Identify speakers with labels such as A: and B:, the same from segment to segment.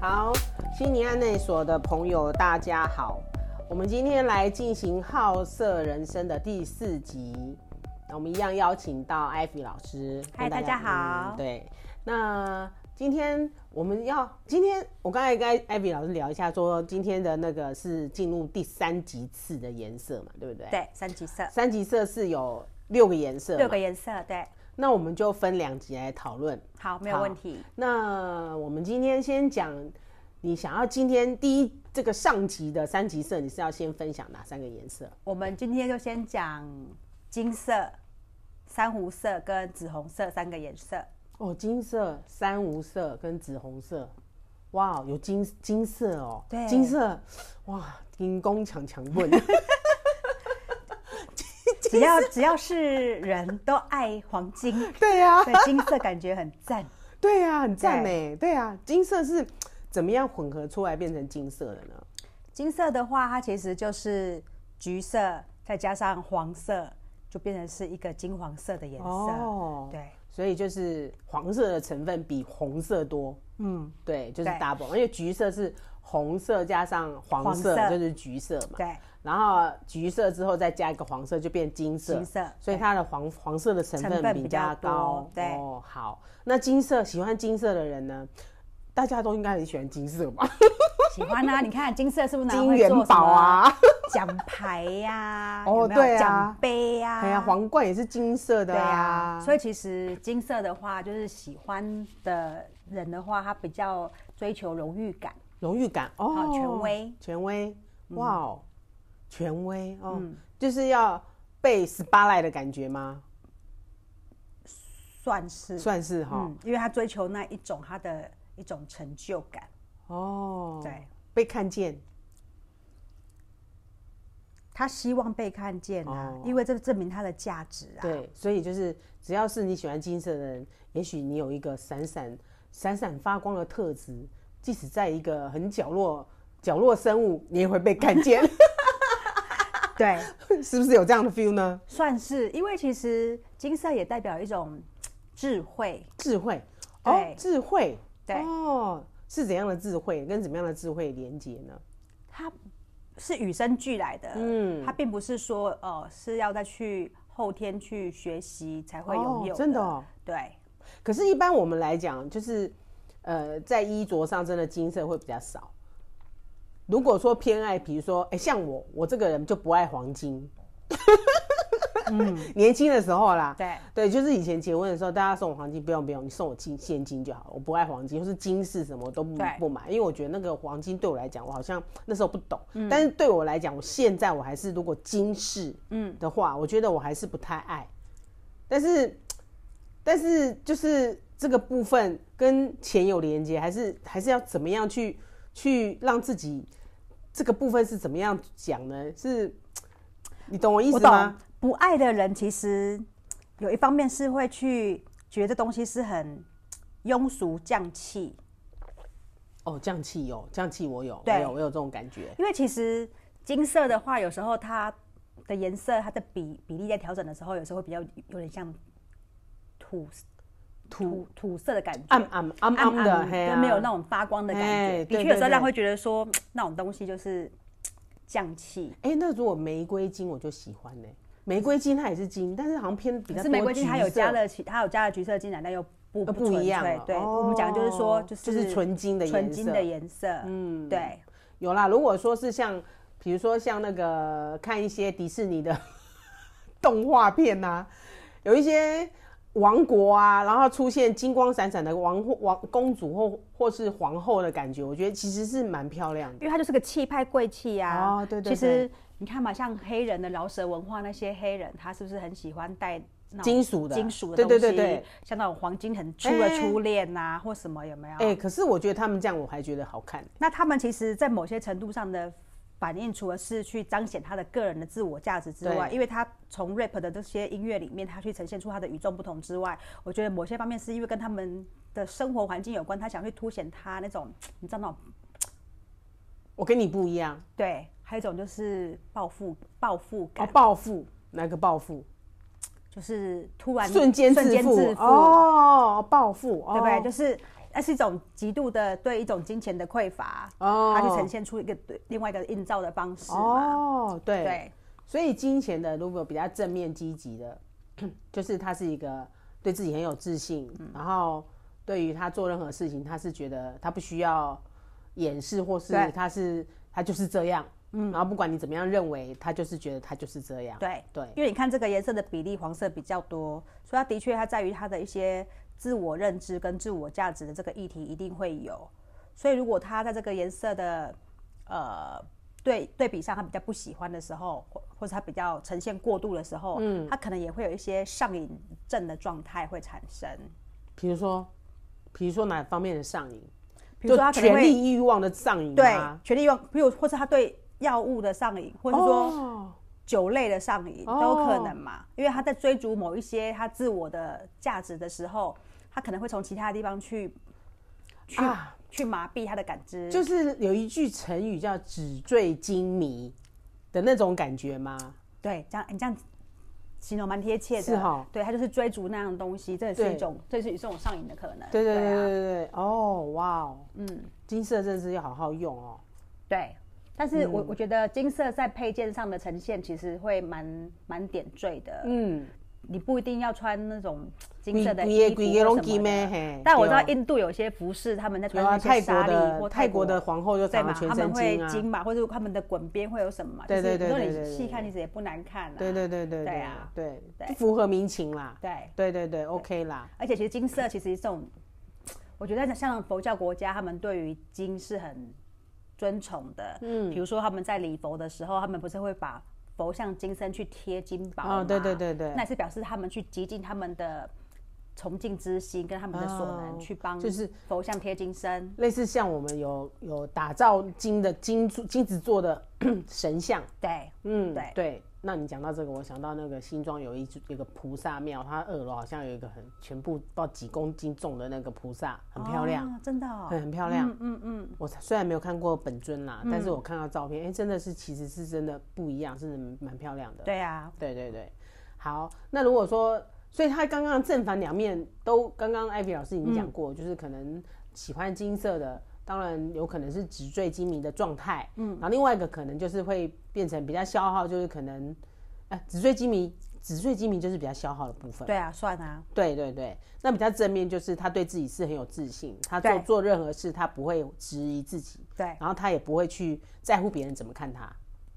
A: 好，悉尼案内所的朋友，大家好。我们今天来进行《好色人生》的第四集。那我们一样邀请到艾菲老师。跟
B: 嗨
A: 嗯
B: 大家好
A: 对，那今天我们要，今天我刚才跟艾菲老师聊一下，说今天的那个是进入第三级次的颜色嘛，对不对？。
B: 对，三级色，
A: 三级色是有六个颜色嘛，
B: 六个颜色，对，
A: 那我们就分两集来讨论。
B: 好，没有
A: 好
B: 问题。
A: 那我们今天先讲，你想要今天第一这个上集的三级色，你是要先分享哪三个颜色？
B: 我们今天就先讲金色、珊瑚色跟紫红色三个颜 色。
A: 哦，金色、珊瑚色跟紫红色。哇，有金金色哦，
B: 对
A: 金色，哇，金工强强 问，
B: 只要只要是人都爱黄金，
A: 对呀、
B: 对金色感觉很赞。
A: 对呀、很赞美，对呀、金色是怎么样混合出来变成金色的呢？
B: 金色的话，它其实就是橘色再加上黄色，就变成是一个金黄色的颜色。
A: 哦
B: 对，
A: 所以就是黄色的成分比红色多，
B: 嗯，
A: 对，就是
B: 对
A: double，因为橘色是红色加上黄色，
B: 黄色
A: 就是橘色嘛。
B: 对，
A: 然后橘色之后再加一个黄色，就变金色。
B: 金色
A: 所以它的黄黄色的成
B: 成
A: 分
B: 分
A: 比
B: 比
A: 较
B: 较
A: 高
B: 多。对
A: 哦，好，那金色喜欢金色的人呢，大家都应该很喜欢金色 吧？
B: 喜欢 啊！你看金色是不是拿
A: 金
B: 来做
A: 元
B: 什
A: 宝
B: 么
A: 啊，
B: 奖牌呀、
A: 哦
B: 有没有
A: 对啊
B: 奖杯呀、
A: 哎呀，皇冠也是金色的
B: 对啊
A: 啊，。
B: 所以其实金色的话，就是喜欢的人的话，他比较追求荣誉感。
A: 荣誉感哦，
B: 好权威，
A: 权威，
B: 嗯
A: 哇哦，权威哦，就是要被 s p a l i g h t 的感觉吗？
B: 算是，
A: 算是哈，
B: 嗯，因为他追求那一种他的一种成就感，
A: 哦，
B: 嗯对，
A: 被看见，
B: 他希望被看见啊，
A: 哦
B: 因为这证明他的价值啊。
A: 对，所以就是只要是你喜欢金色的人，也许你有一个闪闪闪闪发光的特质，即使在一个很角落角落生物，你也会被看见，
B: 对，
A: 是不是有这样的 feel 呢？
B: 算是，因为其实金色也代表一种智慧，
A: 智慧，哦
B: 对，
A: 智慧，
B: 对
A: 哦，是怎样的智慧，跟怎么样的智慧连接呢？
B: 它是与生俱来的，嗯，它并不是说呃是要再去后天去学习才会拥有、
A: 哦，真的、哦。
B: 对，
A: 可是，一般我们来讲，就是呃，在衣着上，真的金色会比较少。如果说偏爱，比如说，哎、像我，我这个人就不爱黄金。 年轻的时候啦，
B: 对
A: 对，就是以前结婚的时候，大家送我黄金，不用不用，你送我金现金就好，我不爱黄金，或是金饰什么我都不
B: 对
A: 不买，因为我觉得那个黄金对我来讲，我好像那时候不懂，但是对我来讲，我现在我还是如果金饰嗯的话，我觉得我还是不太爱，但是但是就是这个部分跟钱有连接，还是还是要怎么样去去让自己这个部分是怎么样讲呢？是你懂我意
B: 我
A: 思
B: 懂
A: 吗？。
B: 不爱的人其实有一方面是会去觉得这东西是很庸俗降气，
A: 哦，降气有降气，我有，我
B: 对
A: 有，我有这种感觉。
B: 因为其实金色的话，有时候它的颜色它的比比例在调整的时候，有时候会比较有点像土土土色的感觉。
A: 暗暗暗暗的，嘿
B: 就
A: 啊
B: 没有那种发光的感
A: 哎
B: 觉。
A: 对
B: 的确，有
A: 对
B: 时候
A: 对
B: 让人会觉得说那种东西就是降气。
A: 哎、那如果玫瑰金我就喜欢呢、玫瑰金它也是金，但是好像偏比
B: 可
A: 较
B: 是
A: 多
B: 玫瑰金它有
A: 橘色
B: 加了其，它有加了橘色进来，但又不
A: 呃不一样
B: 纯
A: 了
B: 粹。对，
A: 哦
B: 我们讲的就是说，
A: 就是纯金的颜色
B: 纯金的颜色。嗯，对，
A: 有啦。如果说是像，比如说像那个看一些迪士尼的 动画片呐、有一些王国啊，然后出现金光闪闪的王或王公主或或是皇后的感觉，我觉得其实是蛮漂亮的。
B: 因为它就是个气派贵气啊。
A: 哦对对
B: 其实你看嘛，像黑人的饶舌文化，那些黑人他是不是很喜欢戴？
A: 金属的
B: 金属的
A: 对
B: 东
A: 对
B: 西，
A: 对对
B: 像那种黄金很粗的
A: 哎
B: 初恋呐、或什么有没有？
A: 哎、可是我觉得他们这样我还觉得好看。
B: 那他们其实，在某些程度上的反应，除了是去彰显他的个人的自我价值之外，
A: 对
B: 因为他从 rap 的这些音乐里面，他去呈现出他的与众不同之外，我觉得某些方面是因为跟他们的生活环境有关，他想去凸显他那种，你知道那种
A: 我跟你不一样
B: 对，还有一种就是暴富暴富
A: 哦
B: 感，，
A: 暴富哪个暴富？
B: 就是突然
A: 瞬间
B: 瞬
A: 致
B: 间
A: 富
B: 致富，
A: 哦，暴富，哦
B: 对不对？就是那是一种极度的对一种金钱的匮乏，
A: 哦
B: 它就呈现出一个另外一个映照的方式嘛。
A: 哦，对，
B: 对，
A: 所以金钱的如果比较正面积极的，就是他是一个对自己很有自信，
B: 嗯
A: 然后对于他做任何事情，他是觉得他不需要掩饰，或是
B: 对嗯
A: 他是他就是这样，然后不管你怎么样认为，他就是觉得他就是这样，
B: 对
A: 对
B: 因为你看这个颜色的比例，黄色比较多，所以它的确它在于它的一些自我认知跟自我价值的这个议题一定会有。所以如果他在这个颜色的呃对对比上，他比较不喜欢的时候，或或者他比较呈现过度的时候，嗯，他可能也会有一些上瘾症的状态会产生。
A: 比如说，比如说哪方面的上瘾，
B: 比如说他
A: 就
B: 可能
A: 权
B: 会
A: 力欲望的上瘾啊
B: 对
A: 吗，
B: 权力欲望，比如或是他对药物的上瘾，或是说
A: 哦
B: 酒类的上瘾、
A: 哦
B: 都有可能嘛，因为他在追逐某一些他自我的价值的时候，他可能会从其他地方去去、
A: 啊
B: 去麻痹他的感知，
A: 就是有一句成语叫“纸醉金迷”的那种感觉吗？
B: 对，这样你这样。形容蛮贴切的，
A: 是哈
B: 对他就是追逐那样的东西，这也是一
A: 对
B: 种，这是一种上瘾的可能。
A: 对对对对
B: 啊
A: 对对，哦哇哦，嗯，金色真的是要好好用哦。
B: 对，但是
A: 嗯
B: 我、我觉得金色在配件上的呈现其实会蛮蛮点缀的，
A: 嗯，
B: 你不一定要穿那种金
A: 规
B: 色的
A: 规
B: 衣
A: 个
B: 服
A: 规个
B: 或
A: 拢
B: 什
A: 金
B: 么
A: 咩
B: 的。
A: 嘿。
B: 但我知道
A: 对哦
B: 印度有些服饰，他们在穿
A: 有啊，
B: 那
A: 泰
B: 些
A: 国
B: 纱丽或
A: 的泰
B: 泰
A: 国的皇后就
B: 对
A: 常
B: 嘛，
A: 常全
B: 他们
A: 身
B: 会
A: 金啊。
B: 金嘛，或者他们的滚边会有什么嘛？
A: 对对对对对
B: 就是如果
A: 对对
B: 你细看，其实也不难看啦。
A: 对对对对
B: 对啊
A: 对，
B: 对
A: 不符合民情啦。
B: 对
A: 对对对，OK 啦。
B: 而且其实金色其实这种，我觉得像佛教国家，他们对于金是很尊崇的。嗯，比如说他们在礼佛的时候，他们不是会把佛像金身去贴金宝
A: 哦
B: 吗
A: 对对对对
B: 那也是表示他们去极尽他们的崇敬之心跟他们的所能，
A: 哦
B: 去帮
A: 就是
B: 佛像贴金身。
A: 类似像我们有有打造金的金柱金子做的 神像，
B: 对，
A: 嗯，
B: 对
A: 对。那你讲到这个，我想到那个新庄有一有一个菩萨庙，它二楼好像有一个很全部不知道几公斤重的那个菩萨，很漂亮。
B: 哦，真的哦，
A: 很很漂亮。
B: 嗯嗯，
A: 我虽然没有看过本尊啦，但是我看到照片，哎、真的是其实是真的不一样，真的蛮漂亮的。
B: 对啊，
A: 对对对，好，那如果说，所以他刚刚正反两面都，刚刚艾比老师已经讲
B: 嗯
A: 过，就是可能喜欢金色的，当然有可能是纸醉金迷的状态，嗯，然后另外一个可能就是会变成比较消耗，就是可能，哎、纸醉金迷，纸醉金迷就是比较消耗的部分。
B: 对啊，算啊，
A: 对对对，那比较正面就是他对自己是很有自信，他做
B: 对
A: 做任何事他不会质疑自己，
B: 对，
A: 然后他也不会去在乎别人怎么看他，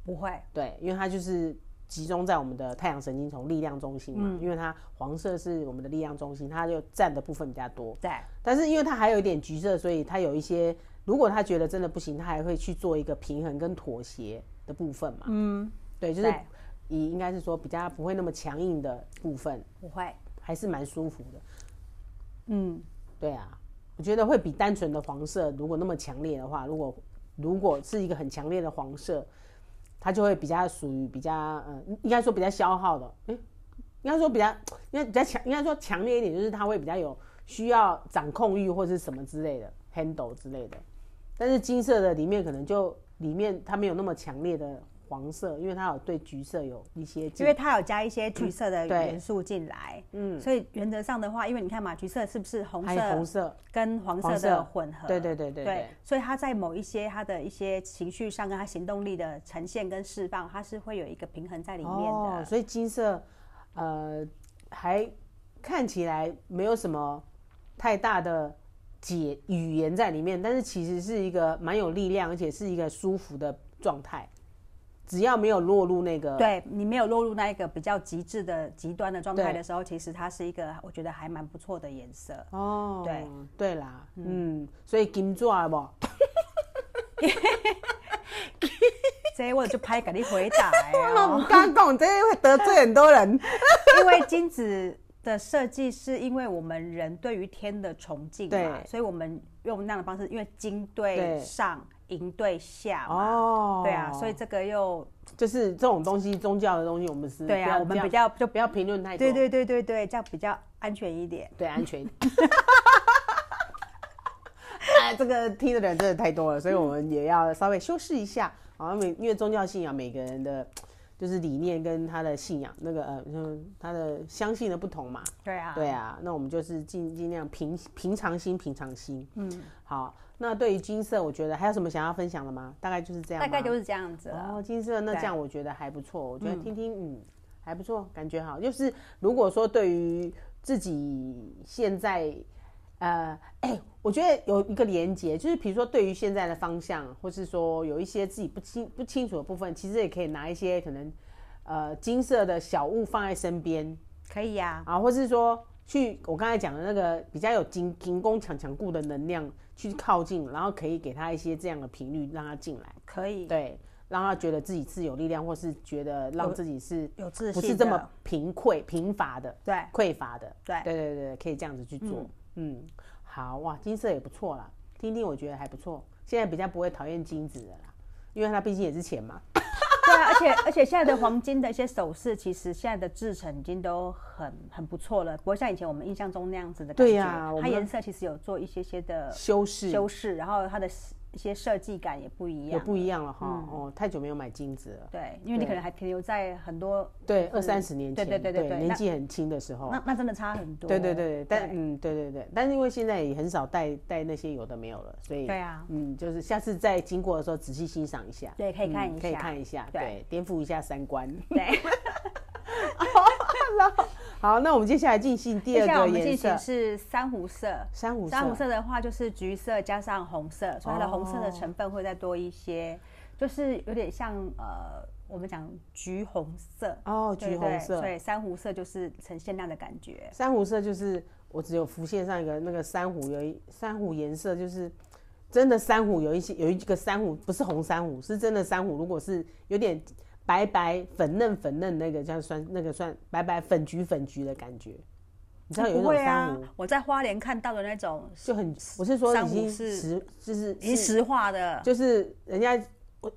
B: 不会，
A: 对，因为他就是集中在我们的太阳神经丛力量中心嘛，因为它黄色是我们的力量中心，它就占的部分比较多，
B: 对，
A: 但是因为它还有一点橘色，所以它有一些如果他觉得真的不行，他还会去做一个平衡跟妥协的部分嘛，嗯，对，就是
B: 对
A: 以应该是说比较不会那么强硬的部分，
B: 不会，
A: 还是蛮舒服的。
B: 嗯，
A: 对啊，我觉得会比单纯的黄色，如果那么强烈的话，如果如果是一个很强烈的黄色，它就会比较属于比较呃，应该说比较消耗的，诶，应该说比较应该比较强，应该说强烈一点，就是它会比较有需要掌控欲或是什么之类的，handle 之类的。但是金色的里面可能就里面它没有那么强烈的黄色，因为它有对橘色有一些
B: 因为它有加一些橘色的
A: 嗯对
B: 元素进来，嗯，所以原则上的话，因为你看嘛，橘色是不是红
A: 还有红
B: 色
A: 色，
B: 跟黄色
A: 黄
B: 的
A: 色
B: 混合？
A: 对对对对对
B: 对，所以它在某一些它的一些情绪上跟它行动力的呈现跟释放，它是会有一个平衡在里面
A: 哦，
B: 的。
A: 所以金色，呃，还看起来没有什么太大的解语言在里面，但是其实是一个蛮有力量，而且是一个舒服的状态。只要没有落入那个，
B: 对你没有落入那一个比较极致的极端的状态
A: 对
B: 的时候，其实它是一个我觉得还蛮不错的颜色。
A: 哦，
B: 对
A: 对啦，嗯，所以金纸有无？
B: 这我就拍给你回答、 欸
A: 我，
B: 哦
A: 刚讲这会得罪很多人。
B: 因为金子的设计是因为我们人对于天的崇敬嘛，
A: 对
B: 所以我们用那样的方式，因为金对
A: 对
B: 上，银对下 嘛，
A: 哦，
B: 对啊，所以这个又
A: 就是这种东西，宗教的东西，我们是
B: 对
A: 不
B: 啊，
A: 要
B: 我们
A: 不要
B: 比较就
A: 不要评论太多，
B: 对对对对对，这样比较安全一点。
A: 对，安全。 啊，这个听的人真的太多了，所以我们也要稍微修饰一下。好像每因为宗教信仰，每个人的就是理念跟他的信仰那个呃，就是他的相信的不同嘛。
B: 对啊，
A: 对啊，那我们就是尽尽量平平常心，平常心。嗯，好。那对于金色，我觉得还有什么想要分享的吗？大概就是这样吗。
B: 大概就是这样子了。
A: 哦，金色那这样我觉得还不错，我觉得听听嗯还不错，感觉好。就是如果说对于自己现在，呃，哎、我觉得有一个连接，就是比如说对于现在的方向，或是说有一些自己不清不清楚的部分，其实也可以拿一些可能呃金色的小物放在身边
B: 可以呀、
A: 啊，或是说。去我刚才讲的那个比较有金金弓强强固的能量去靠近，然后可以给他一些这样的频率让他进来。
B: 可以，
A: 对，让他觉得自己是有力量，或是觉得让自己是
B: 有自信
A: 不
B: 的，
A: 是这么贫匮、贫乏的、
B: 对
A: 匮乏的。
B: 对
A: 对对对，可以这样子去做。嗯好哇，金色也不错啦，听听我觉得还不错，现在比较不会讨厌金子的啦，因为它毕竟也是钱嘛。
B: 对啊，而且而且现在的黄金的一些首饰，其实现在的制成已经都很很不错了，不会像以前我们印象中那样子的感
A: 对
B: 觉。
A: 呀我
B: 它
A: 们
B: 颜色其实有做一些些的
A: 修饰
B: 呃修饰，然后它的一些设计感也不一
A: 也
B: 样。
A: 不一样了哈。
B: 嗯
A: 哦，太久没有买金子了。
B: 对，因为你可能还停留在很多
A: 对，二三十年前，
B: 对对对对对
A: 年
B: 那
A: 纪很轻的时候。
B: 那那真的差很多。
A: 对对对，但嗯，对对对，但是因为现在也很少带带那些有的没有了，所以
B: 对啊，
A: 嗯，就是下次再经过的时候仔细欣赏一下，
B: 对可以看
A: 嗯
B: 一
A: 可以
B: 下
A: 看一下，
B: 对
A: 对，颠覆一下三观。
B: 对。
A: 好，那我们接下来进行第
B: 接
A: 二
B: 下来我
A: 个
B: 们
A: 颜
B: 进行
A: 色，
B: 是珊瑚色。
A: 珊瑚
B: 珊瑚
A: 色，哦
B: 色的话就是橘色加上红色，所以它的红色的成分会再多一些，就是有点像呃，我们讲橘红色
A: 哦，橘
B: 对
A: 红
B: 对
A: 色，
B: 所以珊瑚色就是呈现那样的感觉。
A: 珊瑚色就是我只有浮现上一个那个珊瑚有一珊瑚颜色，就是真的珊瑚有一些有一个珊瑚不是红珊瑚，是真的珊瑚，如果是有点白白粉嫩粉嫩那个叫算那个算白白粉橘粉橘的感觉，你知道有一
B: 不
A: 种
B: 会
A: 珊
B: 啊
A: 瑚、，
B: 我在花莲看到的那种
A: 就很，我是说
B: 珊
A: 已
B: 瑚
A: 经
B: 是
A: 实就是
B: 已经
A: 是
B: 石化的，
A: 就是人家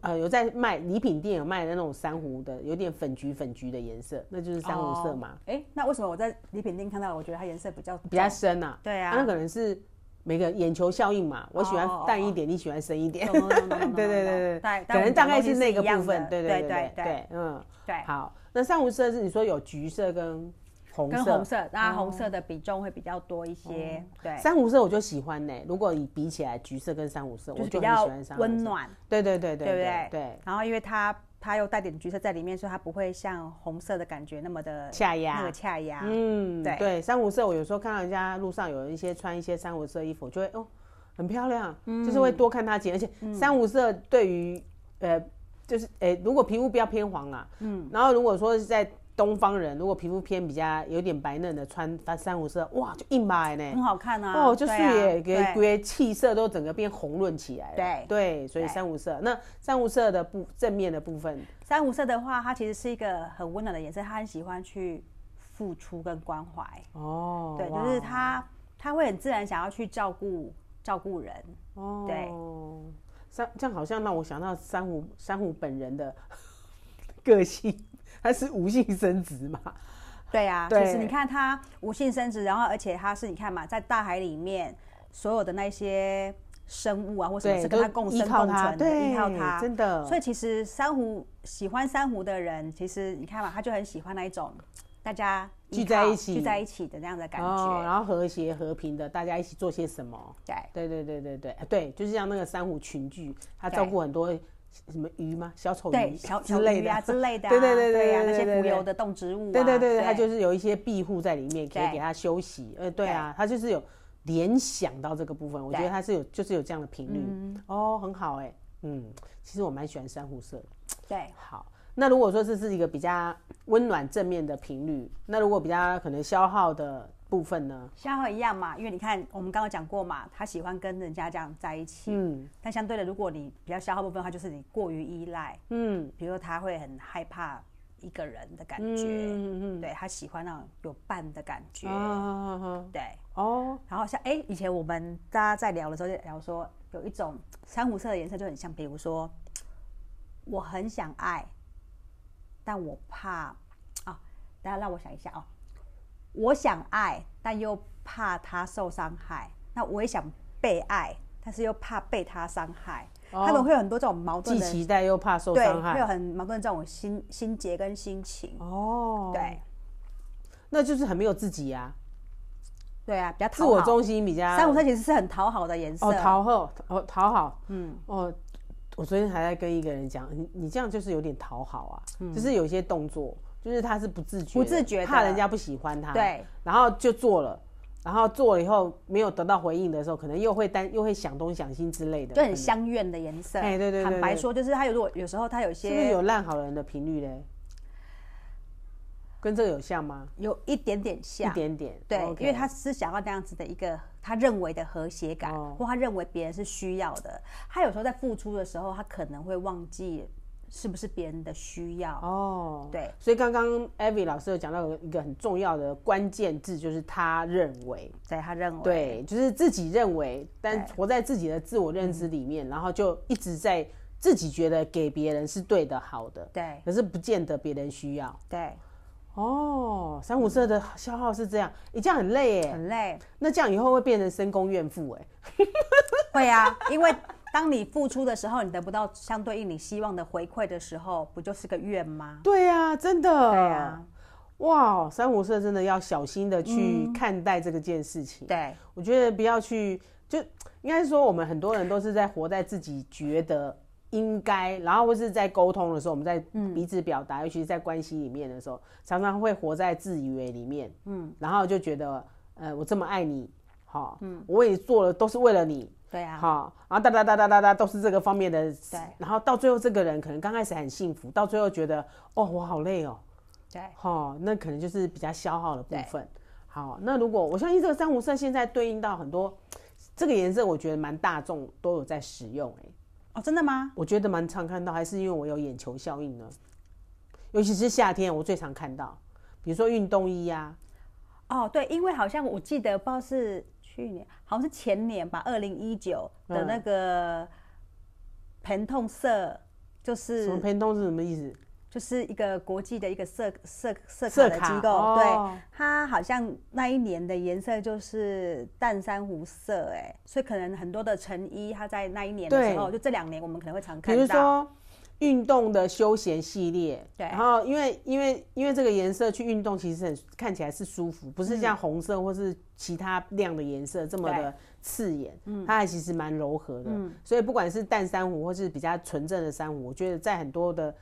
A: 呃有在卖礼品店有卖的那种珊瑚的，有点粉橘粉橘的颜色，那就是珊瑚色嘛，
B: 哦。哎、那为什么我在礼品店看到，我觉得它颜色比较
A: 比较
B: 重
A: 深啊。
B: 对
A: 那
B: 啊？
A: 可能是每个眼球效应嘛，我喜欢淡一点，你喜欢深一点。
B: 懂懂
A: 对
B: 懂懂 懂
A: 对对对，
B: 对，
A: 可能大概是那个
B: 但我们讲的东西一样
A: 部分。
B: 的
A: 对
B: 对
A: 对
B: 对
A: 对，嗯，
B: 对
A: 好，那珊瑚色是你说有橘色跟红
B: 跟
A: 色
B: 红。色，那红色的比重会比较多一些，对，
A: 珊瑚色我就喜欢呢、如果你比起来，橘色跟珊瑚色，
B: 就
A: 我
B: 是
A: 就
B: 比
A: 很喜
B: 较
A: 欢珊瑚色。
B: 温暖，
A: 对对对对
B: 对不
A: 对
B: 对？
A: 对，
B: 然后因为它它又带点橘色在里面，所以它不会像红色的感觉那么的
A: 恰
B: 那
A: 压
B: 个。恰牙。
A: 嗯，
B: 啊对
A: 对，珊瑚色，我有时候看到人家路上有一些穿一些珊瑚色衣服，就会哦，很漂亮，就是
B: 嗯
A: 会多看它几眼。而且珊瑚色对于呃，就是诶、如果皮肤比较偏黄啊，嗯，然后如果说是在东方人，如果皮肤偏比较有点白嫩的，穿穿珊瑚色，哇，就硬白呢。
B: 很好看啊！
A: 哦，就是
B: 对啊
A: 也给
B: 对
A: 给气色都整个变红润起来了。
B: 对
A: 对，所以珊瑚色，那珊瑚色的部正面的部分，
B: 珊瑚色的话，它其实是一个很温暖的颜色，它很喜欢去付出跟关怀，
A: 哦，
B: 对，
A: 哇
B: 就是它它会很自然想要去照顾照顾人，
A: 哦，
B: 对，
A: 珊这样好像让我想到珊瑚珊瑚本人的 个性，他是无性生殖嘛，
B: 对啊，
A: 对
B: 其实你看它无性生殖，然后而且它是你看嘛，在大海里面所有的那些生物啊或什么
A: 对，
B: 是跟它
A: 都
B: 共
A: 依
B: 生
A: 靠
B: 共
A: 他，
B: 存的，
A: 对，
B: 依靠它，
A: 真的，
B: 所以其实珊瑚喜欢珊瑚的人，其实你看嘛，他就很喜欢那一种大家依
A: 聚在
B: 靠
A: 一起
B: 聚在一起的那样的感觉。
A: 哦，然后和谐和平的，大家一起做些什么？
B: 对，
A: 对对对对对，啊对，就是像那个珊瑚群聚，他照顾很多什么鱼吗？小丑
B: 对
A: 鱼
B: 小
A: 之
B: 小
A: 类
B: 鱼
A: 的
B: 啊之类的、啊，
A: 对对对对
B: 啊，
A: 对
B: 那
A: 对
B: 些
A: 对
B: 浮游
A: 对
B: 的动植物、啊，
A: 对对对，他
B: 对
A: 就是有一些庇护在里面，可以
B: 对
A: 给他休息。呃，对啊，他就是有联想到这个部分，我觉得
B: 对
A: 他是有就是有这样的频
B: 嗯
A: 率，哦，很好哎，嗯，其实我蛮喜欢珊瑚色的。
B: 对
A: 好，那如果说这是一个比较温暖正面的频率，那如果比较可能消耗的部分呢？
B: 像会一样嘛，因为你看我们刚刚讲过嘛，他喜欢跟人家这样在一起，
A: 嗯
B: 但相对的，如果你比较消耗部分的话，就是你过于依赖，
A: 嗯
B: 比如说他会很害怕一个人的感
A: 嗯
B: 觉，
A: 嗯
B: 对他喜欢那种有伴的感觉，
A: 嗯啊啊啊啊
B: 对。
A: 哦，
B: 然后像哎、以前我们大家在聊的时候就聊说，有一种珊瑚色的颜色就很像，比如说我很想爱，但我怕啊，大家让我想一下啊，我想爱，但又怕他受伤害，那我也想被爱，但是又怕被他伤害，他们会有很多这种矛盾
A: 哦既
B: 的，
A: 期待又怕受
B: 对，
A: 伤
B: 会
A: 害。
B: 有很矛盾的这种心心结跟心情，
A: 哦，
B: 对，
A: 那就是很没有自己呀、
B: 对啊，比较
A: 啊，自
B: 讨
A: 我
B: 好。
A: 中心比较
B: 珊瑚色其实是很讨好的颜色，
A: 哦讨好哦讨好，
B: 嗯，
A: 哦，我昨天还在跟一个人讲，你你这样就是有点讨好啊，就是有一些动作，就是他是不自觉的，
B: 嗯不自觉的
A: 怕人家不喜欢他，
B: 对，
A: 然后就做了。然后做了以后没有得到回应的时候，可能又会担又会想东想西之类的，
B: 就很相怨的颜色。
A: 哎对对对
B: 坦白
A: 对
B: 说，就是他有如果有时候他有一
A: 可能是不
B: 些
A: 是有烂好人的频率嘞？跟这个有像吗？
B: 有一点点
A: 一
B: 像，
A: 点哦点，
B: 对
A: OK
B: 因为他是想要那样子的一个他认为的和谐感，
A: 哦
B: 或他认为别人是需要的。他有时候在付出的时候，他可能会忘记是不是别人的需要。
A: 哦，
B: 对，
A: 所以刚刚 Avi 老师有讲到一个很重要的关键字，就是他认为，
B: 对他认为，
A: 对，就是自己认为，但活在自己的自我认知里面，然后就一直在自己觉得给别人是对的、好的，
B: 对
A: 可是不见得别人需要。
B: 对
A: 哦，三五色的消耗是这样，你、这样很累耶。
B: 很累，
A: 那这样以后会变成深宫怨妇哎。
B: 会啊，因为当你付出的时候，你得不到相对应你希望的回馈的时候，不就是个怨吗？
A: 对呀、真的。
B: 对啊，
A: 哇，三五色真的要小心的去看待这个件事情。
B: 对
A: 我觉得不要去，就应该说我们很多人都是在活在自己觉得应该，然后或是在沟通的时候，我们在彼此表达，尤其是在关系里面的时候，常常会活在自以为里面，嗯，然后就觉得，呃，我这么爱你，好，嗯，我为你做了都是为了你。
B: 对啊，
A: 好，然后哒哒哒哒哒哒，都是这个方面的。
B: 对
A: 然后到最后，这个人可能刚开始很幸福，到最后觉得，哦，我好累哦，
B: 对
A: 哦，那可能就是比较消耗的部
B: 哎对
A: 分。好，那如果我相信这个珊瑚色现在对应到很多这个颜色，我觉得蛮大众都有在使用、欸，
B: 哦，真的吗？
A: 我觉得蛮常看到，还是因为我有眼球效应呢。尤其是夏天，我最常看到，比如说运动衣啊，
B: 哦，对，因为好像我记得不知道是去年，好像是前年吧，二零一九
A: 嗯
B: 的那个盆痛色，就
A: 什么
B: 是
A: 偏通是什么意思？
B: 就是一个国际的一个色色色
A: 色
B: 卡的
A: 卡
B: 机构，
A: 哦
B: 对，它好像那一年的颜色就是淡珊瑚色，哎，所以可能很多的成衣，它在那一年的
A: 对
B: 时候，就这两年我们可能会常
A: 比
B: 看
A: 如
B: 到，
A: 说运动的休闲系列，
B: 对
A: 然后因为因为因为这个颜色去运动，其实很看起来是舒服，不是
B: 嗯
A: 像红色或是其他亮的颜色这么的刺眼，
B: 嗯
A: 它还其实蛮柔和的。所以不管是淡珊瑚或是比较纯正的珊瑚，我觉得在很多的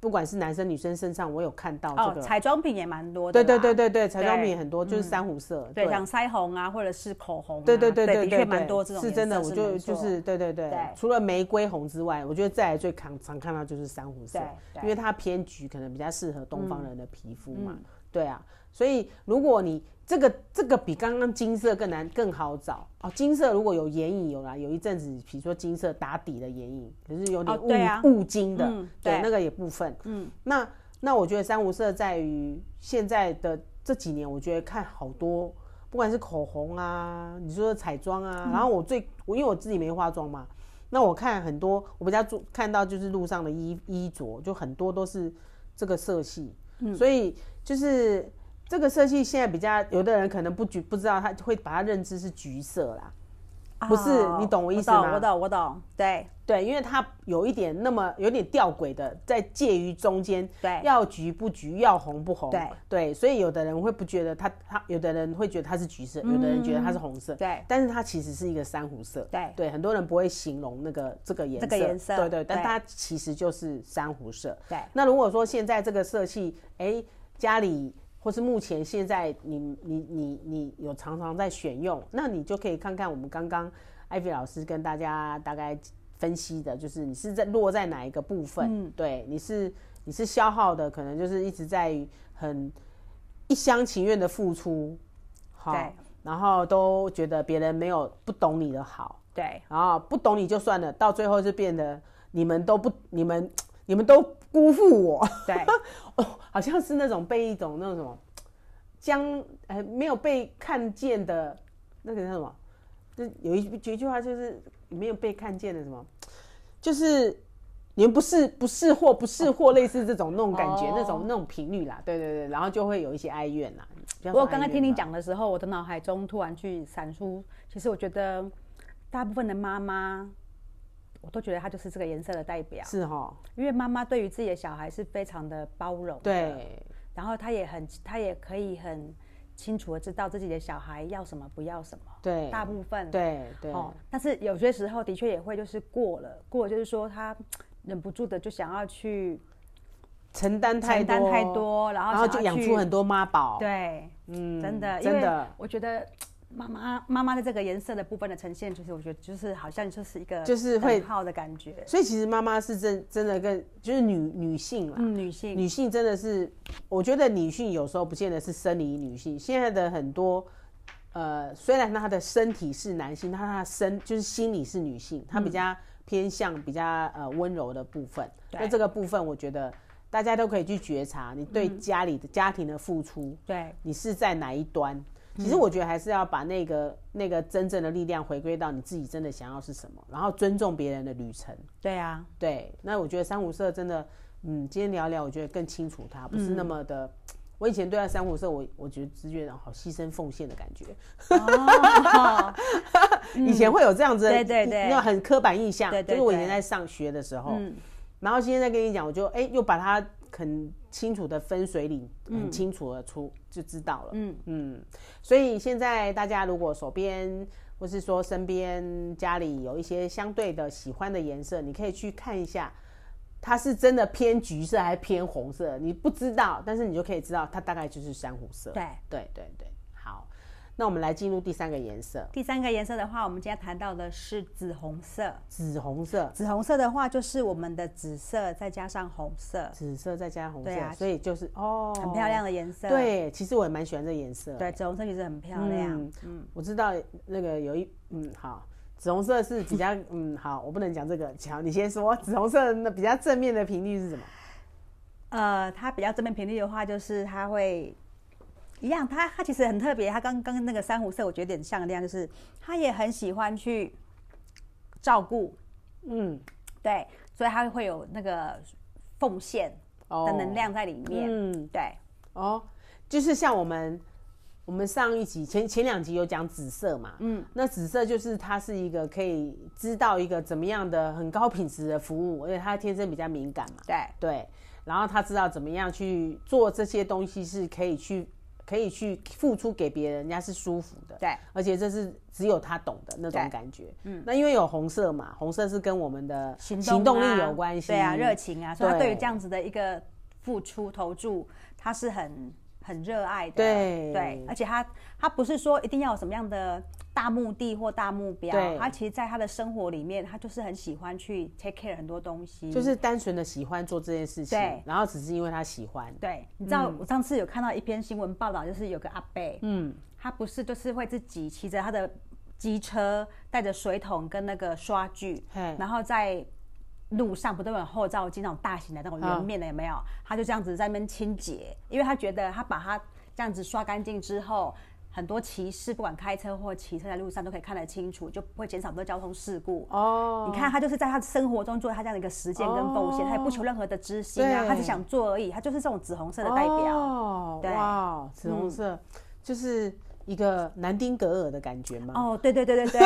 A: 不管是男生女生身上，我有看到这
B: 哦，
A: 个。
B: 彩妆品也蛮多的
A: 对
B: 啦，
A: 对对对对，彩妆
B: 对嗯
A: 品也很多就是珊瑚色，
B: 对，像腮红啊，或者是口红啊，
A: 对对对
B: 对
A: 对，
B: 的确蛮多这种
A: 是
B: 颜
A: 真的，
B: 色
A: 我
B: 是
A: 就
B: 没
A: 就
B: 错
A: 是对对对
B: 对，
A: 除了玫瑰红之外，我觉得再来最常常看到就是珊瑚色
B: 对，对嗯
A: 因为它偏橘，可能比较适合东方人的皮肤嘛，对啊，所以如果你这个这个比刚刚金色更难更好找哦，金色如果有眼影有啦，有一阵子比如说金色打底的眼影，可是有点
B: 哦
A: 雾、
B: 对啊
A: 雾金的，
B: 嗯
A: 对
B: 对
A: 那个也部分，嗯，那那我觉得珊瑚色在于现在的这几年，我觉得看好多，不管是口红啊，你说的彩妆啊，
B: 嗯
A: 然后我最我因为我自己没化妆嘛，那我看很多我比较注看到就是路上的衣衣着，就很多都是这个色系，
B: 嗯
A: 所以就是这个色系现在比较有的人可能不橘不知道，他会把它认知是橘色啦，不是
B: 哦
A: 你懂我意思吗
B: 我懂，我懂，对
A: 对，因为它有一点那么有点吊诡的，在介于中间，
B: 对
A: 要橘不橘，要红不红，
B: 对
A: 所以有的人会不觉得它它，有的人会觉得它是橘色，
B: 嗯
A: 有的人觉得它是红色，
B: 对
A: 但是它其实是一个珊瑚色，
B: 对
A: 对，很多人不会形容那个这个颜色，
B: 这个颜色
A: 对对，但
B: 对
A: 它其实就是珊瑚色，
B: 对
A: 那如果说现在这个色系，哎，家里或是目前现在你你你你有常常在选用，那你就可以看看我们刚刚艾菲老师跟大家大概分析的，就是你是在落在哪一个部分？
B: 嗯
A: 对，你是你是消耗的，可能就是一直在于很一厢情愿的付出，好
B: 对，
A: 然后都觉得别人没有不懂你的好。
B: 对
A: 然后不懂你就算了，到最后就变得你们都不，你们你们都辜负我，
B: 对
A: 哦，好像是那种被一种那种什么将呃没有被看见的那个叫什么，就有一句有一句话就是没有被看见的什么，就是。你们不是不是或不是或类似这种那种感觉，
B: 哦
A: 那种那种频率啦，对对对，然后就会有一些哀怨啦。不要说
B: 我刚
A: 哀
B: 刚
A: 怨
B: 听你
A: 吧，
B: 讲的时候，我的脑啊海中突然去闪出，其实我觉得大部分的妈妈我都觉得它就是这个颜色的代表，
A: 是哈，
B: 因为妈妈对于自己的小孩是非常的包容，，
A: 对，
B: 然后她也很，她也可以很清楚的知道自己的小孩要什么，不要什么，
A: 对，
B: 大部分
A: 对，对，
B: 哦，但是有些时候的确也会就是过了，过了就是说他忍不住的就想要去
A: 承担太
B: 承担
A: 多，
B: 太多，然后
A: 然后就
B: 想要
A: 养
B: 去
A: 出很多妈宝，
B: 对，
A: 嗯
B: 真的，因
A: 真
B: 为
A: 的，
B: 我觉得妈妈妈妈的这个颜色的部分的呈现，就是我觉得就是好像就是一个
A: 就是会
B: 等号的感觉，
A: 所以其实妈妈是真真的跟就是女女性啦，
B: 嗯，女性，
A: 女性真的是，我觉得女性有时候不见得是生理女性，现在的很多，呃，虽然她的身体是男性，但她的身就是心理是女性，她比较偏向比较呃温柔的部分。
B: 对
A: 那这个部分，我觉得大家都可以去觉察，你对家里的、家庭的付出，
B: 对
A: 你是在哪一端？其实我觉得还是要把那个那个真正的力量回归到你自己真的想要是什么，然后尊重别人的旅程。
B: 对 啊，
A: 对，那我觉得珊瑚色真的，嗯，今天聊一聊，我觉得更清楚它，不是那么的。我以前对待珊瑚色，我我觉得只觉得好牺牲奉献的感觉，
B: 哦，
A: 以前会有这样子的，
B: 对对对
A: 那种很刻板印象，
B: 对对
A: 就是我以
B: 对
A: 前在上学的时候，
B: 嗯，
A: 然后今天再跟你讲，我就哎、又把它很清楚的分水岭，
B: 嗯
A: 很清楚的出、就知道了。嗯嗯，所以现在大家如果手边或是说身边家里有一些相对的喜欢的颜色，你可以去看一下。它是真的偏橘色还是偏红色？你不知道，但是你就可以知道它大概就是珊瑚色。
B: 对。
A: 对对对，好，那我们来进入第三个颜色，
B: 第三个颜色的话，我们今天谈到的是紫红色。
A: 紫红色，
B: 紫红色的话，就是我们的紫色再加上红色，
A: 紫色再加红色，
B: 对啊
A: 所以就是哦，
B: 很漂亮的颜色。
A: 对，其实我也蛮喜欢这颜色。
B: 对，紫红色其实很漂亮。
A: 嗯我知道那个有一嗯好，紫红色是比较 嗯好，我不能讲这个，乔你先说，紫红色那比较正面的频率是什么？
B: 呃，它比较正面频率的话，就是它会一样，它它其实很特别，它刚刚那个珊瑚色，我觉得有点像那样，就是它也很喜欢去照顾，
A: 嗯，
B: 对，所以它会有那个奉献
A: 哦
B: 的能量在里面，
A: 嗯
B: 对
A: 哦，就是像我们。我们上一集前前两集有讲紫色嘛，嗯，那紫色就是它是一个可以知道一个怎么样的很高品质的服务，而且它天生比较敏感嘛，
B: 对
A: 对，然后他知道怎么样去做这些东西是可以去可以去付出给别人，人家是舒服的，
B: 对，
A: 而且这是只有他懂的那种
B: 对
A: 感觉。嗯，那因为有红色嘛，红色是跟我们的
B: 行
A: 行
B: 动
A: 动
B: 啊
A: 力有关系，
B: 对啊，热情啊，所以它
A: 对
B: 对于这样子的一个付出投注，它是很很热爱的，
A: 对
B: 对，而且它它不是说一定要有什么样的大目的或大目标
A: 对，
B: 它其实在他的生活里面，他就是很喜欢去 take care 很多东西，
A: 就是单纯的喜欢做这件事情
B: 对，
A: 然后只是因为他喜欢，
B: 对，你知道、我上次有看到一篇新闻报道，就是有个阿伯，
A: 嗯，
B: 他不是就是会自己骑着他的机车，带着水桶跟那个刷具，
A: 嘿，
B: 然后在路上不都有后照镜那种大型的
A: 嗯
B: 那种圆面的有没有？他就这样子在那边清洁，因为他觉得他把它这样子刷干净之后，很多骑士不管开车或骑车在路上都可以看得清楚，就不会减少很多交通事故。
A: 哦，
B: 你看，他就是在他生活中做他这样的一个实践跟奉献，
A: 哦
B: 他也不求任何的知心啊，
A: 对
B: 他只想做而已，他就是这种紫红色的代表。
A: 哦，
B: 对嗯
A: 哇，紫红色、就是一个南丁格尔的感觉吗？
B: 哦，对对对对对，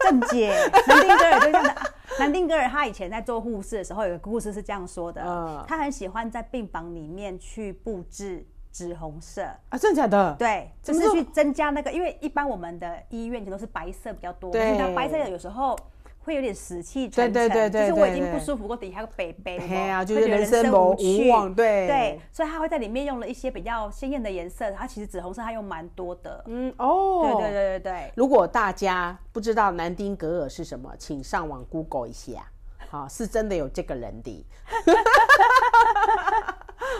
B: 正解，南丁格尔就像的。南丁格尔他以前在做护士的时候，有个故事是这样说的：
A: 嗯
B: 他很喜欢在病房里面去布置紫红色，
A: 啊，真的假的？
B: 对，就
A: 怎么
B: 是
A: 这
B: 去增加那个，因为一般我们的医院都是白色比较多，
A: 对
B: 它白色有时候。会有点死气沉沉，
A: 对对对对
B: 就是我已
A: 对
B: 经
A: 对
B: 不舒服，我底下个北北，
A: 嘿啊
B: 我
A: 就是
B: 会觉得
A: 人
B: 人
A: 生
B: 生
A: 无
B: 趣，
A: 无望对
B: 对，所以他会在里面用了一些比较鲜艳的颜色，它其实紫红色它用蛮多的，
A: 嗯，哦，
B: 对对对对对，
A: 如果大家不知道南丁格尔是什么，请上网 Google 一下，好，是真的有这个人的。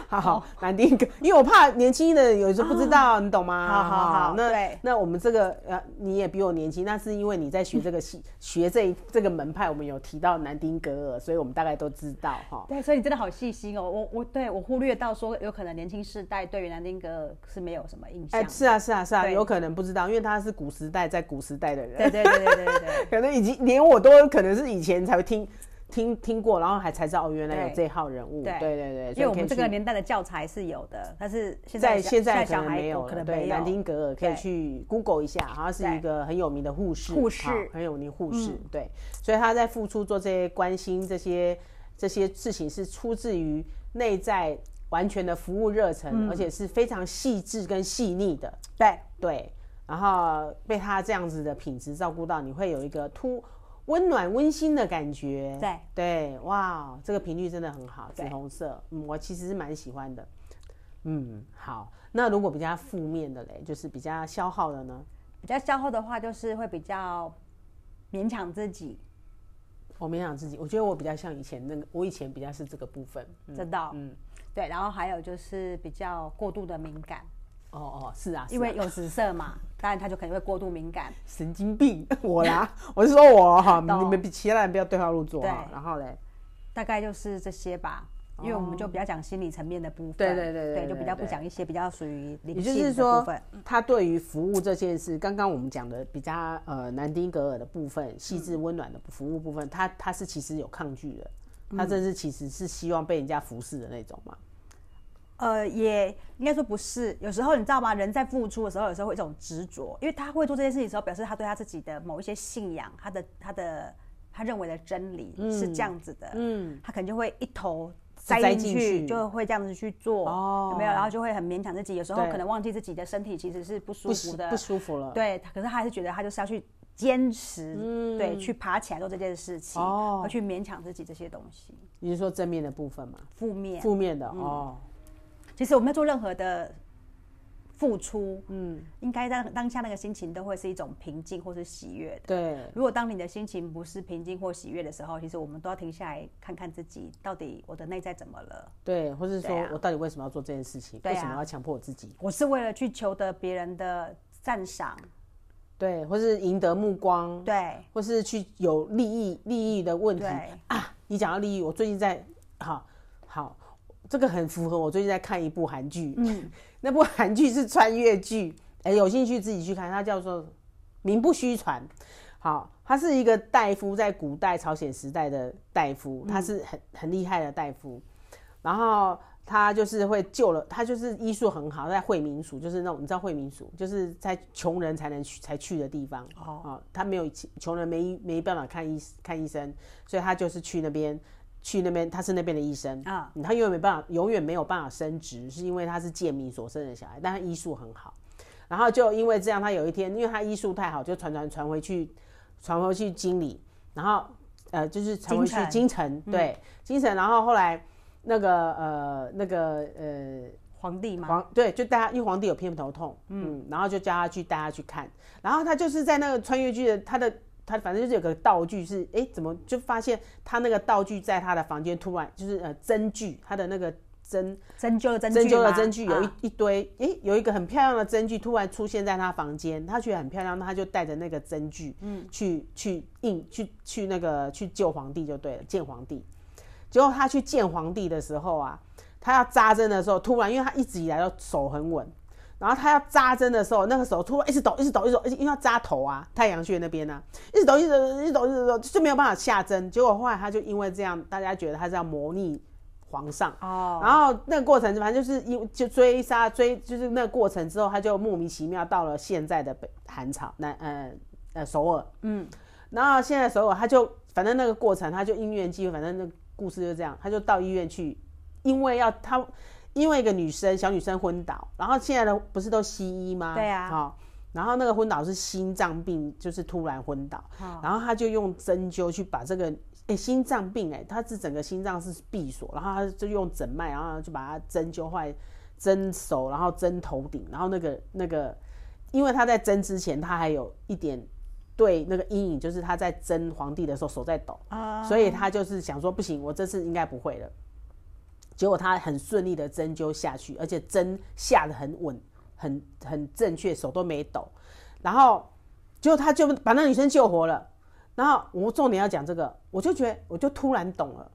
A: 好好，南丁格，因为我怕年轻的有时候不知道，你懂吗？
B: 哦好好好
A: 那
B: 对
A: 那我们这个呃，你也比我年轻，那是因为你在学这个系，学这一这个门派，我们有提到南丁格尔，所以我们大概都知道哈。
B: 对，所以你真的好细心哦。我我对我忽略到说，有可能年轻世代对于南丁格尔是没有什么印象
A: 哎，
B: 的。
A: 是啊，是啊，是啊，
B: 对
A: 有可能不知道，因为他是古时代，在古时代的人，
B: 对对对对对对对。
A: 可能已经连我都可能是以前才会听听听过，然后还才知道哦，原来有
B: 对
A: 这一号人物。对
B: 对
A: 对对，所
B: 因
A: 以
B: 为我
A: 可
B: 们
A: 以
B: 这个
A: 去
B: 年代的教材是有的，但是现在
A: 在
B: 的小
A: 现在
B: 在
A: 可
B: 小
A: 能
B: 孩
A: 没有
B: 可
A: 了，
B: 能
A: 对，
B: 没有
A: 南丁格尔可以
B: 对
A: 去 Google 一下，她是一
B: 对
A: 个很有名的护士，
B: 护士嗯
A: 好很有名护士，对，所以她在付出做这些关心这些这些事情，是出自于内在完全的服务热忱，
B: 嗯
A: 而且是非常细致跟细腻的，
B: 对
A: 对，然后被她这样子的品质照顾到，你会有一个突温暖温馨的感觉，
B: 对
A: 对，哇，这个频率真的很好，紫
B: 对
A: 红色，嗯，我其实是蛮喜欢的。嗯，好。那如果比较负面的嘞，就是比较消耗的呢？
B: 比较消耗的话，就是会比较勉强自己，
A: 我没想自己，我觉得我比较像以前那个，我以前比较是这个部分。嗯
B: 真的哦、
A: 嗯，
B: 对，然后还有就是比较过度的敏感，
A: 哦哦，是啊，是啊
B: 因为有紫色嘛， 当然他就可能会过度敏感。
A: 神经病， 我啦，我是说我哈，你
B: 懂
A: 们比其他人不要对号入座哈。
B: 对
A: 然后嘞，
B: 大概就是这些吧，因为我们就比较讲心理层面的部分，
A: 哦对对对对对
B: 就比较不
A: 对
B: 讲一些比较属于
A: 也就
B: 灵性
A: 是
B: 的
A: 说
B: 部分，，嗯
A: 他对于服务这件事，刚刚我们讲的比较呃南丁格尔的部分，
B: 嗯
A: 细致温暖的服务部分，他他是其实有抗拒的，
B: 嗯
A: 他甚至其实是希望被人家服侍的那种嘛。
B: 呃，也应该说不是。有时候你知道吗？人在付出的时候，有时候会有一种执着，因为他会做这件事情的时候，表示他对他自己的某一些信仰，他的他的他认为的真理是这样子的，
A: 嗯，
B: 他可能就会一头
A: 栽
B: 栽进
A: 进去
B: 去，就会这样子去做，
A: 哦
B: 有没有？然后就会很勉强自己，有时候
A: 对
B: 可能忘记自己的身体其实是不舒
A: 不
B: 服
A: 舒
B: 的
A: 不，舒服了。
B: 对，他可是他还是觉得他就是要去坚持，对，去爬起来做这件事
A: 嗯
B: 情，
A: 哦
B: 而去勉强自己这些东西。
A: 你是说正面的部分吗？
B: 负面，
A: 负面的哦，
B: 其实我们在做任何的付出，嗯，应该当当下那个心情都会是一种平静或是喜悦的。
A: 对，
B: 如果当你的心情不是平静或喜悦的时候，其实我们都要停下来看看自己到底我的内在怎么了。
A: 对，或是说
B: 对啊
A: 我到底为什么要做这件事情？
B: 对啊
A: 为什么要强迫我自己？
B: 我是为了去求得别人的赞赏，
A: 对，或是赢得目光，
B: 对
A: 或是去有利益利益的问题
B: 对
A: 啊。你讲到利益，我最近在好好，这个很符合我最近在看一部韩剧，嗯， 那部韩剧是穿越剧，哎，有兴趣自己去看，它叫做《名不虚传》。好，他是一个大夫，在古代朝鲜时代的大夫，他是很很厉害的大夫。然后他就是会救了，他就是医术很好，在惠民署，就是那种你知道惠民署，就是在穷人才能去才去的地方。
B: 哦
A: 他没有穷人没没办法看医看医生，所以他就是去那边，去那边他是那边的医生。
B: 啊，
A: 嗯他永远没办法，永远没有办法升职，是因为他是贱民所生的小孩，但他医术很好。然后就因为这样，他有一天，因为他医术太好，就传传传回去，传回去经理，然后呃，就是传回去
B: 京城
A: 京城，对，京城。然后后来那个呃那个呃
B: 皇帝嘛，
A: 皇对，就带他，因为皇帝有偏头痛，嗯，然后就叫他去带他去看，然后他就是在那个穿越剧的他的。他反正就是有个道具是，哎、怎么就发现他那个道具在他的房间突然就是呃针具，他的那个针
B: 针灸的针
A: 针
B: 灸
A: 灸的
B: 嘛
A: 针具有一、
B: 啊
A: 一堆，诶、有一个很漂亮的针具突然出现在他房间，他觉得很漂亮，那他就带着那个针具，嗯，去去应去去那个去救皇帝就对了，见皇帝。结果他去见皇帝的时候啊，他要扎针的时候，突然因为他一直以来都手很稳，然后他要扎针的时候，那个手突然一直抖，一直抖，一直抖，一直因为要扎头啊，太阳穴那边呢、啊，一直抖，一直抖，一直抖，一直抖，就没有办法下针。结果后来他就因为这样，大家觉得他是要模拟皇上。
B: 哦，
A: 然后那个过程，反正就是因就追杀追，就是那个过程之后，他就莫名其妙到了现在的北韩朝南呃呃首尔，嗯，然后现在首尔他就反正那个过程他就因缘机会，反正那个故事就这样，他就到医院去，因为要他因为一个女生小女生昏倒，然后现在的不是都西医吗？
B: 对啊
A: 好、然后那个昏倒是心脏病，就是突然昏倒，
B: 好
A: 然后他就用针灸去把这个，哎，心脏病，哎，他是整个心脏是闭锁，然后他就用诊脉，然后就把它针灸，后来针手，然后针头顶，然后那个那个，因为他在针之前，他还有一点对那个阴影，就是他在针皇帝的时候手在抖，
B: 啊，
A: 所以他就是想说，不行，我这次应该不会了。结果他很顺利的针灸下去，而且针下的很稳，很很正确，手都没抖。然后，结果他就把那女生救活了。然后我重点要讲这个，我就觉得我就突然懂了，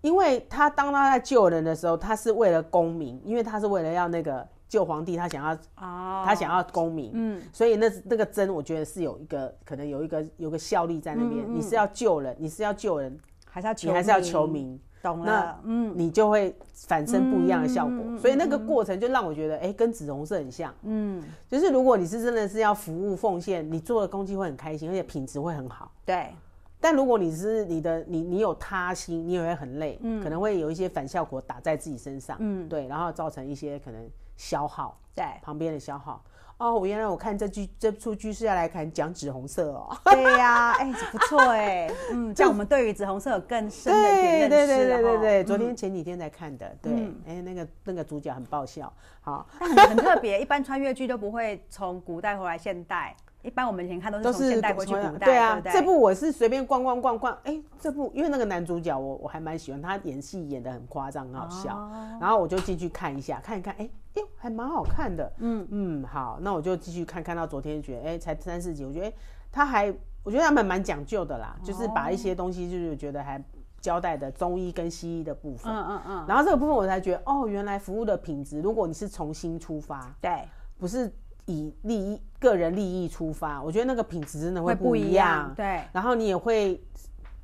A: 因为他当他在救人的时候，他是为了功名，因为他是为了要那个救皇帝，他想要
B: 哦，
A: 他想要功名，嗯，所以那那个针，我觉得是有一个可能有一个有个效力在那边。你是要救人，你是要救人，
B: 还是要
A: 你
B: 求，
A: 还是要求，明，
B: 懂了？嗯，
A: 你就会产生不一样的效果。
B: 嗯嗯
A: 所以那个过程就让我觉得，哎、跟紫红色很像。
B: 嗯，
A: 就是如果你是真的是要服务奉献，你做的功绩会很开心，而且品质会很好。
B: 对，
A: 但如果你是你的你你有他心，你也会很累，可能会有一些反效果打在自己身上，
B: 嗯，
A: 对，然后造成一些可能消耗，
B: 对，
A: 旁边的消耗。哦，我原来我看这句这出剧是要来看讲紫红色哦，
B: 对呀，哎，不错哎，嗯， 这样我们对于紫红色有更深的一
A: 对
B: 点
A: 对
B: 认
A: 对
B: 识
A: 对
B: 了
A: 对
B: 哈嗯
A: 对，昨天前几天才看的，对，哎、那个那个主角很爆笑，好，
B: 但很很特别，一般穿越剧都不会从古代回来现代，一般我们以前看都是
A: 都
B: 从
A: 是
B: 现代回去
A: 从
B: 古代，
A: 对啊，
B: 不对？
A: 这部我是随便逛逛逛逛，哎、这部因为那个男主角我我还蛮喜欢，他演戏演的很夸张，很好笑，
B: 哦
A: 然后我就进去看一下，看一看，哎、哎、还蛮好看的，嗯嗯，好，那我就继续看，看到昨天觉得，哎、才三四集，我觉得、哎他还，我觉得他们蛮讲究的啦，
B: 哦
A: 就是把一些东西就是觉得还交代的中医跟西医的部分，
B: 嗯嗯嗯，
A: 然后这个部分我才觉得，哦，原来服务的品质，如果你是从心出发，
B: 对，
A: 不是以利益个人利益出发，我觉得那个品质真的会不一样，
B: 对，
A: 然后你也会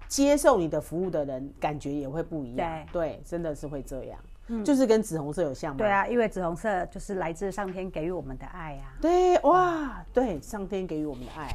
A: 接受你的服务的人，感觉也会不一样。对，嗯真的是会这样，就是跟紫红色有像吗？
B: 对啊，因为紫红色就是来自上天给予我们的爱啊呀、
A: 对，哇，对，上天给予我们的爱。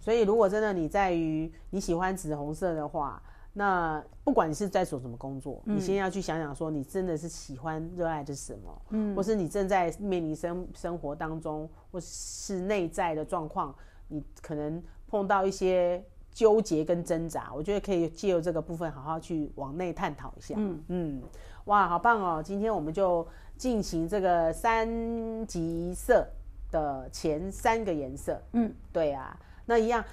A: 所以如果真的你在于你喜欢紫红色的话。那不管你是在做什么工作，你先要去想想说，你真的是喜欢、热爱的是什么，嗯，或是你正在面临生生活当中，或是内在的状况，你可能碰到一些纠结跟挣扎，我觉得可以借由这个部分好好去往内探讨一下。嗯嗯，哇，好棒哦！今天我们就进行这个三级色的前三个颜色。嗯，对啊，那一样。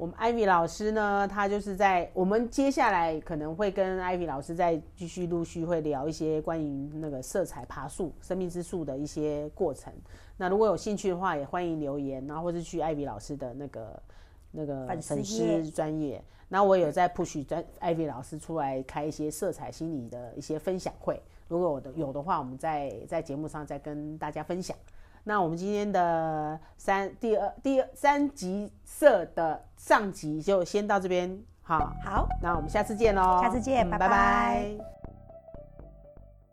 A: 我们艾 y 老师呢，他就是在我们接下来可能会跟艾 y 老师再继续陆续会聊一些关于那个色彩爬树、生命之树的一些过程。那如果有兴趣的话，也欢迎留言，然后或是去艾 y 老师的那个那个
B: 粉丝
A: 粉
B: 页
A: 丝专业。那我有在 push 专艾 y 老师出来开一些色彩心理的一些分享会，如果有的有的话，我们在在节目上再跟大家分享。那我们今天的三第二第二三集社的上集就先到这边，好，
B: 好，
A: 那我们下次见喽，
B: 下次见
A: 嗯
B: 拜
A: 拜
B: 拜
A: 拜